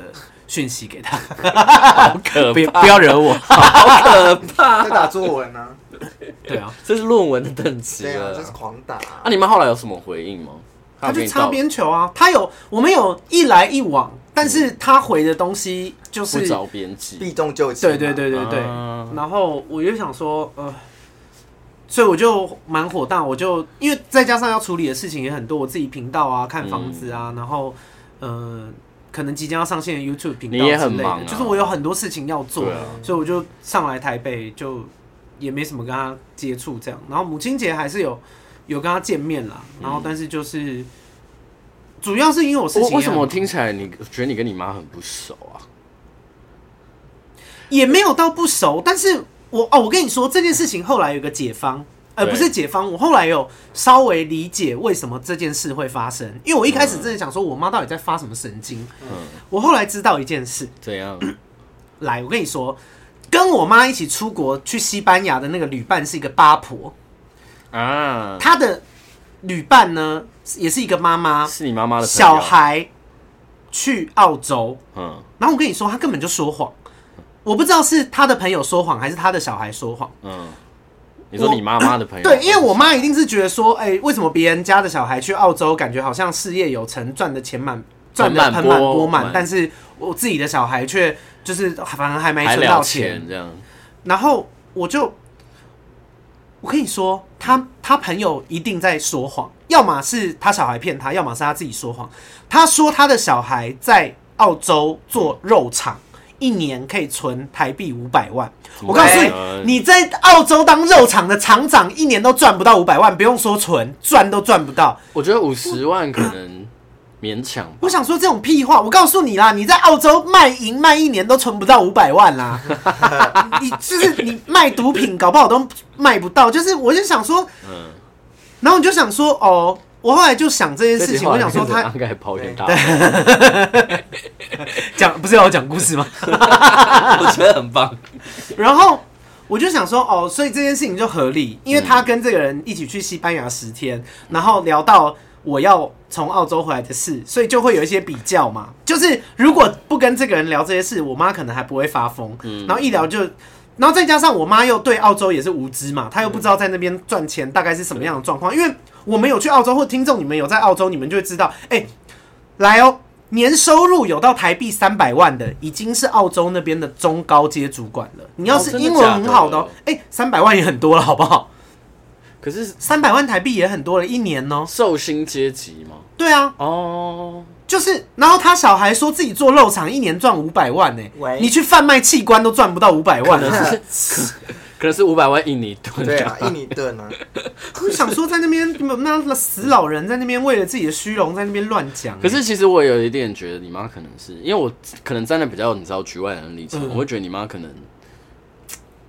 讯息给 他，好可不怕，不要惹我。好可怕，在打作文啊，对啊， 这是论文的等级对啊，了这是。狂打啊、啊，你们后来有什么回应吗？他有跟就你擦道边球啊，他有我们有一来一往，但是他回的东西就嗯不是着边际，避重就轻、对对，对对对。啊然后我就想说，呃，所以我就蛮火大，我就因为再加上要处理的事情也很多，我自己频道啊、看房子啊，嗯然后呃，可能即将要上线的 YouTube 频道你也之很类忙的，啊就是我有很多事情要做对啊，所以我就上来台北，就也没什么跟他接触这样。然后母亲节还是有有跟他见面啦，然后但是就是。主要是因为我事情嗯我也为什很么我忙听起来你觉得你跟你妈很不熟啊？也没有到不熟，但是我哦，我跟你说这件事情后来有个解方，呃，对不是解方，我后来有稍微理解为什么这件事会发生，因为我一开始真的想说我妈到底在发什么神经，我后来知道一件事，嗯怎样？来，我跟你说，跟我妈一起出国去西班牙的那个旅伴是一个八婆，啊，她的旅伴呢也是一个妈妈，是你妈妈的朋友小，孩去澳洲，嗯然后我跟你说她根本就说谎，我不知道是她的朋友说谎还是她的小孩说谎。嗯，你说你妈妈的朋友，对，因为我妈一定是觉得说，哎、为什么别人家的小孩去澳洲，感觉好像事业有成，赚的钱满，赚的盆盆满满钵钵满满，但是我自己的小孩却就是反而还没还存到聊钱钱。这样，然后我就，我跟你说，他他朋友一定在说谎，要么是他小孩骗他，要么是他自己说谎。他说他的小孩在澳洲做肉厂。一年可以存台币五百万，怎么我告诉可你能，你在澳洲当肉厂的厂长，一年都赚不到五百万，不用说存，赚都赚不到。我觉得五十万可能勉强吧。我想说这种屁话，我告诉你啦，你在澳洲卖淫卖一年都存不到五百万 啦，你就是你卖毒品，搞不好都卖不到。就是我就想说，嗯，然后你就想说，哦，我后来就想这件这事句情，话我想说变成他阿盖跑远大，讲不是要我讲故事吗？我觉得很棒。然后我就想说，哦，所以这件事情就合理，因为他跟这个人一起去西班牙十天，然后聊到我要从澳洲回来的事，所以就会有一些比较嘛。就是如果不跟这个人聊这些事，我妈可能还不会发疯，然后一聊就。然后再加上我妈又对澳洲也是无知嘛，她又不知道在那边赚钱大概是什么样的状况，因为我们有去澳洲，或听众你们有在澳洲，你们就会知道，哎、来哦，年收入有到台币三百万的，已经是澳洲那边的中高阶主管了。你要哦是真的英文很好的、假哦的，哎、三百万也很多了，好不好？可是三百万台币也很多了，一年哦。寿星阶级吗？对啊，哦，就是，然后他小孩说自己做肉场一年赚五百万呢、喂你去贩卖器官都赚不到五百万可 能啊！是可能是五百万印尼盾。对 啊，印尼盾啊，我想说，在那边那那死老人在那边为了自己的虚荣在那边乱讲、可是其实我有一点觉得你妈可能是因为我可能站在比较你知道局外人的立场，嗯我会觉得你妈可能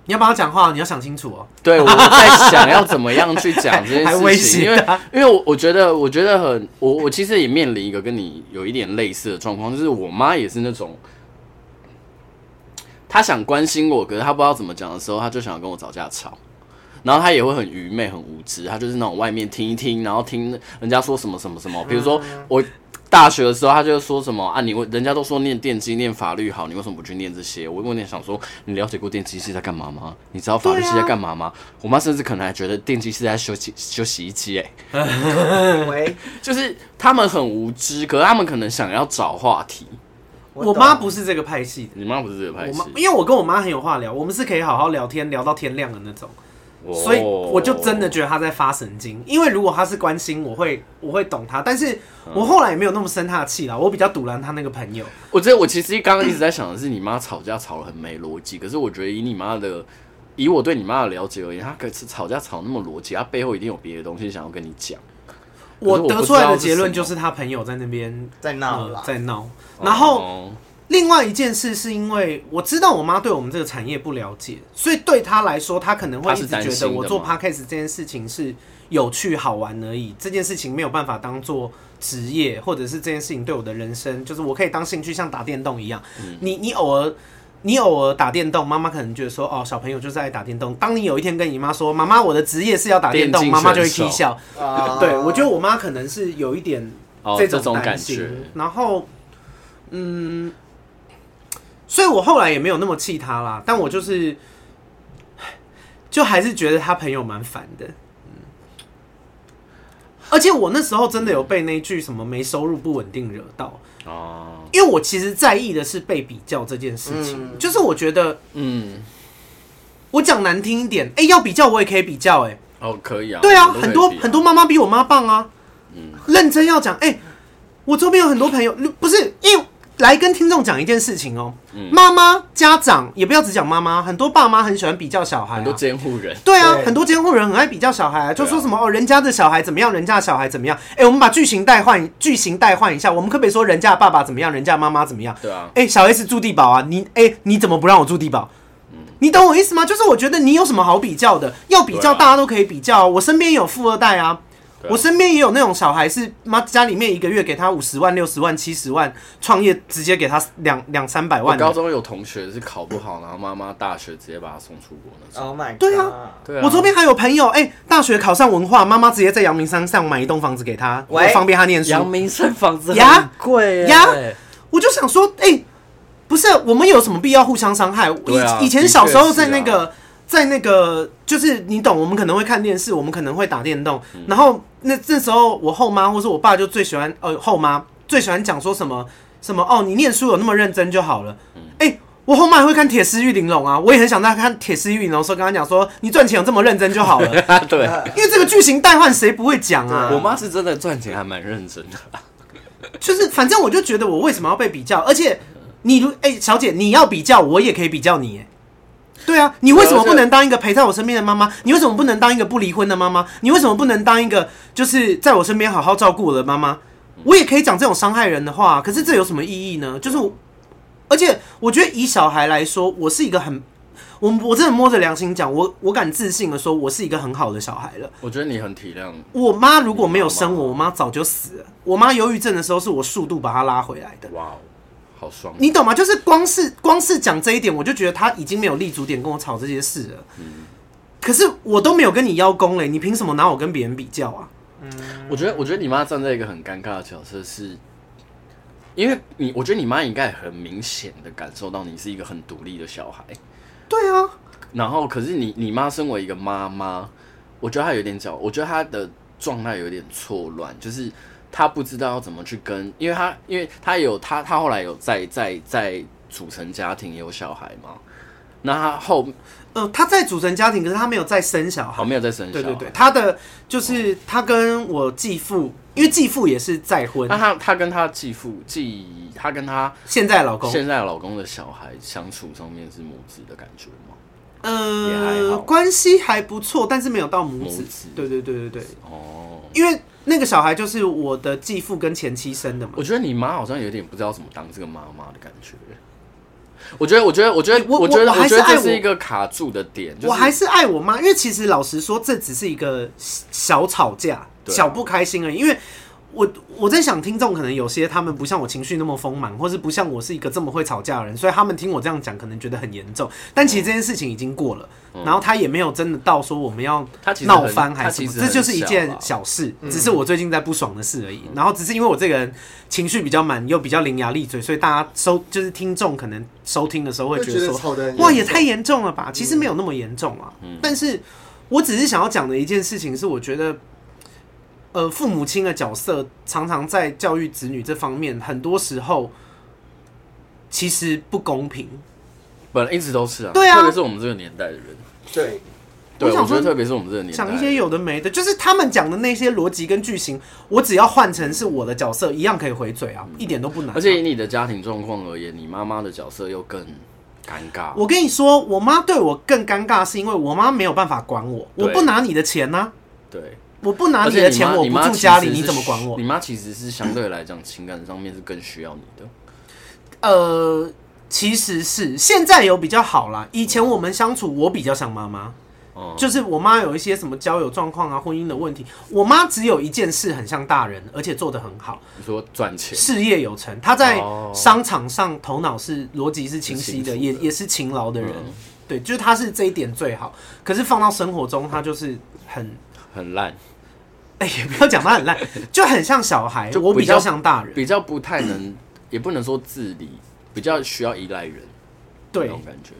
你要帮他讲话，你要想清楚哦。对我在想要怎么样去讲这件还还事威情，因胁为他因为我我觉得我觉得很我我其实也面临一个跟你有一点类似的状况，就是我妈也是那种。她想关心我，可是她不知道怎么讲的时候，她就想要跟我找架吵，然后她也会很愚昧、很无知，她就是那种外面听一听，然后听人家说什么什么什么，比如说嗯我大学的时候，他就说什么啊，你为人家都说念电机、念法律好，你为什么不去念这些？我问你想说，你了解过电机系在干嘛吗？你知道法律系在啊干嘛吗？我妈甚至可能还觉得电机系在修洗修洗衣机、欸，嗯喂，就是他们很无知，可是他们可能想要找话题。我懂妈不是这个派系的。你妈不是这个派我系妈，，因为我跟我妈很有话聊，我们是可以好好聊天，聊到天亮的那种，哦所以我就真的觉得她在发神经。因为如果她是关心，我会我会懂她，但是嗯我后来也没有那么生她的气啦，我比较堵拦她那个朋友。我这我其实刚刚一直在想的是，你妈吵架吵得很没逻辑，可是我觉得以你妈的。以我对你妈的了解而言，她可是吵架吵那么逻辑，她背后一定有别的东西想要跟你讲。是我我不知道得出来的是结论什就么是她朋友在那边在闹呃啦，在闹，然后哦另外一件事是因为我知道我妈对我们这个产业不了解，所以对她来说，她可能会她一是直担觉心得的我做吗 podcast 这件事情是有趣好玩而已，这件事情没有办法当做职业，或者是这件事情对我的人生，就是我可以当兴趣，像打电动一样。嗯你你偶尔。你偶尔打电动，妈妈可能觉得说，哦，小朋友就是爱打电动。当你有一天跟你妈说，妈妈，我的职业是要打电动，电竞妈妈就会选手踢笑。啊对，我觉得我妈可能是有一点哦，这这种担感心觉，然后，嗯，所以我后来也没有那么气他啦，但我就是，就还是觉得他朋友蛮烦的。而且我那时候真的有被那句什么没收入不稳定惹到，哦，因为我其实在意的是被比较这件事情，嗯就是我觉得嗯，我讲难听一点，哎、要比较我也可以比较、哎，哦，可以啊，嗯对啊，我们很多都可以比很多妈妈比我妈棒啊。认真要讲，哎、我周边有很多朋友，不是因为来跟听众讲一件事情哦、嗯妈妈、家长也不要只讲妈妈，很多爸妈很喜欢比较小孩、很啊多。监护人，对啊，对很多监护人很爱比较小孩、啊，就说对啊什么、哦，人家的小孩怎么样，人家的小孩怎么样。哎、我们把剧情代换，剧情代换一下，我们可不可以说人家的爸爸怎么样，人家的妈妈怎么样？对啊，哎、小 S 住地堡啊，你哎、你怎么不让我住地堡？嗯你懂我意思吗？就是我觉得你有什么好比较的？要比较对啊大家都可以比较啊、我身边也有富二代啊，对啊我身边也有那种小孩是妈家里面一个月给他五十万、六十万、七十万，创业直接给他两两三百我万的。高中有同学是考不好，然后妈妈大学直接把他送出国那种， ，Oh my，God 对啊，对啊，我周边还有朋友，哎、大学考上文化，妈妈直接在阳明山上买一栋房子给他，喂为方便他念书。阳明山房子呀很贵耶 呀我就想说，哎、不是，我们有什么必要互相伤害？以、对啊以前的小时候确是在那个、在那个，就是你懂，我们可能会看电视，我们可能会打电动，嗯然后那那时候我后妈或是我爸就最喜欢，呃，后妈最喜欢讲说什么什么哦，你念书有那么认真就好了，嗯哎、我后妈也会看《铁丝玉玲珑》啊，我也很想在看《铁丝玉玲珑》的时候跟她讲说，你赚钱有这么认真就好了，对。因为这个剧情代换谁不会讲啊？我妈是真的赚钱还蛮认真的，就是反正我就觉得我为什么要被比较，而且你如哎、小姐你要比较，我也可以比较你。哎对啊，你为什么不能当一个陪在我身边的妈妈？你为什么不能当一个不离婚的妈妈？你为什么不能当一个就是在我身边好好照顾我的妈妈？我也可以讲这种伤害人的话，可是这有什么意义呢？就是我，而且我觉得以小孩来说，我是一个很，我我真的摸着良心讲，我我敢自信的说，我是一个很好的小孩了。我觉得你很体谅，我妈如果没有生我，我妈早就死了。我妈忧郁症的时候，是我速度把她拉回来的。哇哦，好爽。你懂吗？就是光是光是讲这一点，我就觉得他已经没有立足点跟我吵这些事了。可是我都没有跟你邀功欸嘞，你凭什么拿我跟别人比较啊？我觉得，我觉得你妈站在一个很尴尬的角色是，因为你，我觉得你妈应该很明显的感受到你是一个很独立的小孩，对啊，然后可是你，你妈身为一个妈妈，我觉得她有点角，我觉得她的状态有点错乱，就是她不知道要怎么去跟，因为她，因为她有她，她后来有在在在组成家庭，也有小孩嘛，那她后呃，他在组成家庭，可是他没有再生小孩好。没有再生小对孩，对对，他的就是他跟我继父，因为继父也是再婚啊那，她她跟她继父继，她跟她现在老公，现在老公的小孩相处上面是母子的感觉吗？也还呃好，关系还不错，但是没有到母子母子。对对对对对，哦，因为那个小孩就是我的继父跟前妻生的嘛。我觉得你妈好像有点不知道怎么当这个妈妈的感觉。我觉得，我觉得，我觉得，我我觉得，我还我是觉得爱这我是一个卡住的点，就是我还是爱我妈，因为其实老实说，这只是一个小吵架、对啊小不开心而已。因为我我在想，听众可能有些他们不像我情绪那么丰满，或是不像我是一个这么会吵架的人，所以他们听我这样讲，可能觉得很严重。但其实这件事情已经过了，然后他也没有真的到说我们要嗯他其实闹很翻他还是什其么，实这很啊就是一件啦小事，嗯只是我最近在不爽的事而已。然后只是因为我这个人情绪比较满，又比较伶牙俐嘴，所以大家收就是听众可能收听的时候会就觉觉得得说，吵得很哇，也严重嗯太严重了吧？其实没有那么严重啊，但是我只是想要讲的一件事情是，我觉得，呃，父母亲的角色常常在教育子女这方面，很多时候其实不公平。本来一直都是啊，对啊特别是我们这个年代的人，对，对，想我觉说得特别是我们这个年代的讲人，一些有的没的，就是他们讲的那些逻辑跟剧情，我只要换成是我的角色，一样可以回嘴嗯啊，一点都不难啊。而且以你的家庭状况而言，你妈妈的角色又更尴尬。我跟你说，我妈对我更尴尬，是因为我妈没有办法管我，我对不拿你的钱呢、对，我不拿而啊你且的你妈钱，我你不妈住其家里，实你是怎么需管我你？妈其实是相对来讲情感上面是更需要你的。呃，其实是现在有比较好啦。以前我们相处，我比较像妈妈，哦、就是我妈有一些什么交友状况啊、婚姻的问题，我妈只有一件事很像大人，而且做得很好，你说赚钱，事业有成。她在哦商场上头脑是逻辑是清晰是清楚的，的也也是勤劳的人。嗯对，就是她是这一点最好。可是放到生活中，她就是很。很烂， 哎、也不要讲她很烂，就很像小孩，就我比比较较像大人。比较不太能，也不能说自理，比较需要依赖人。对那，种感觉。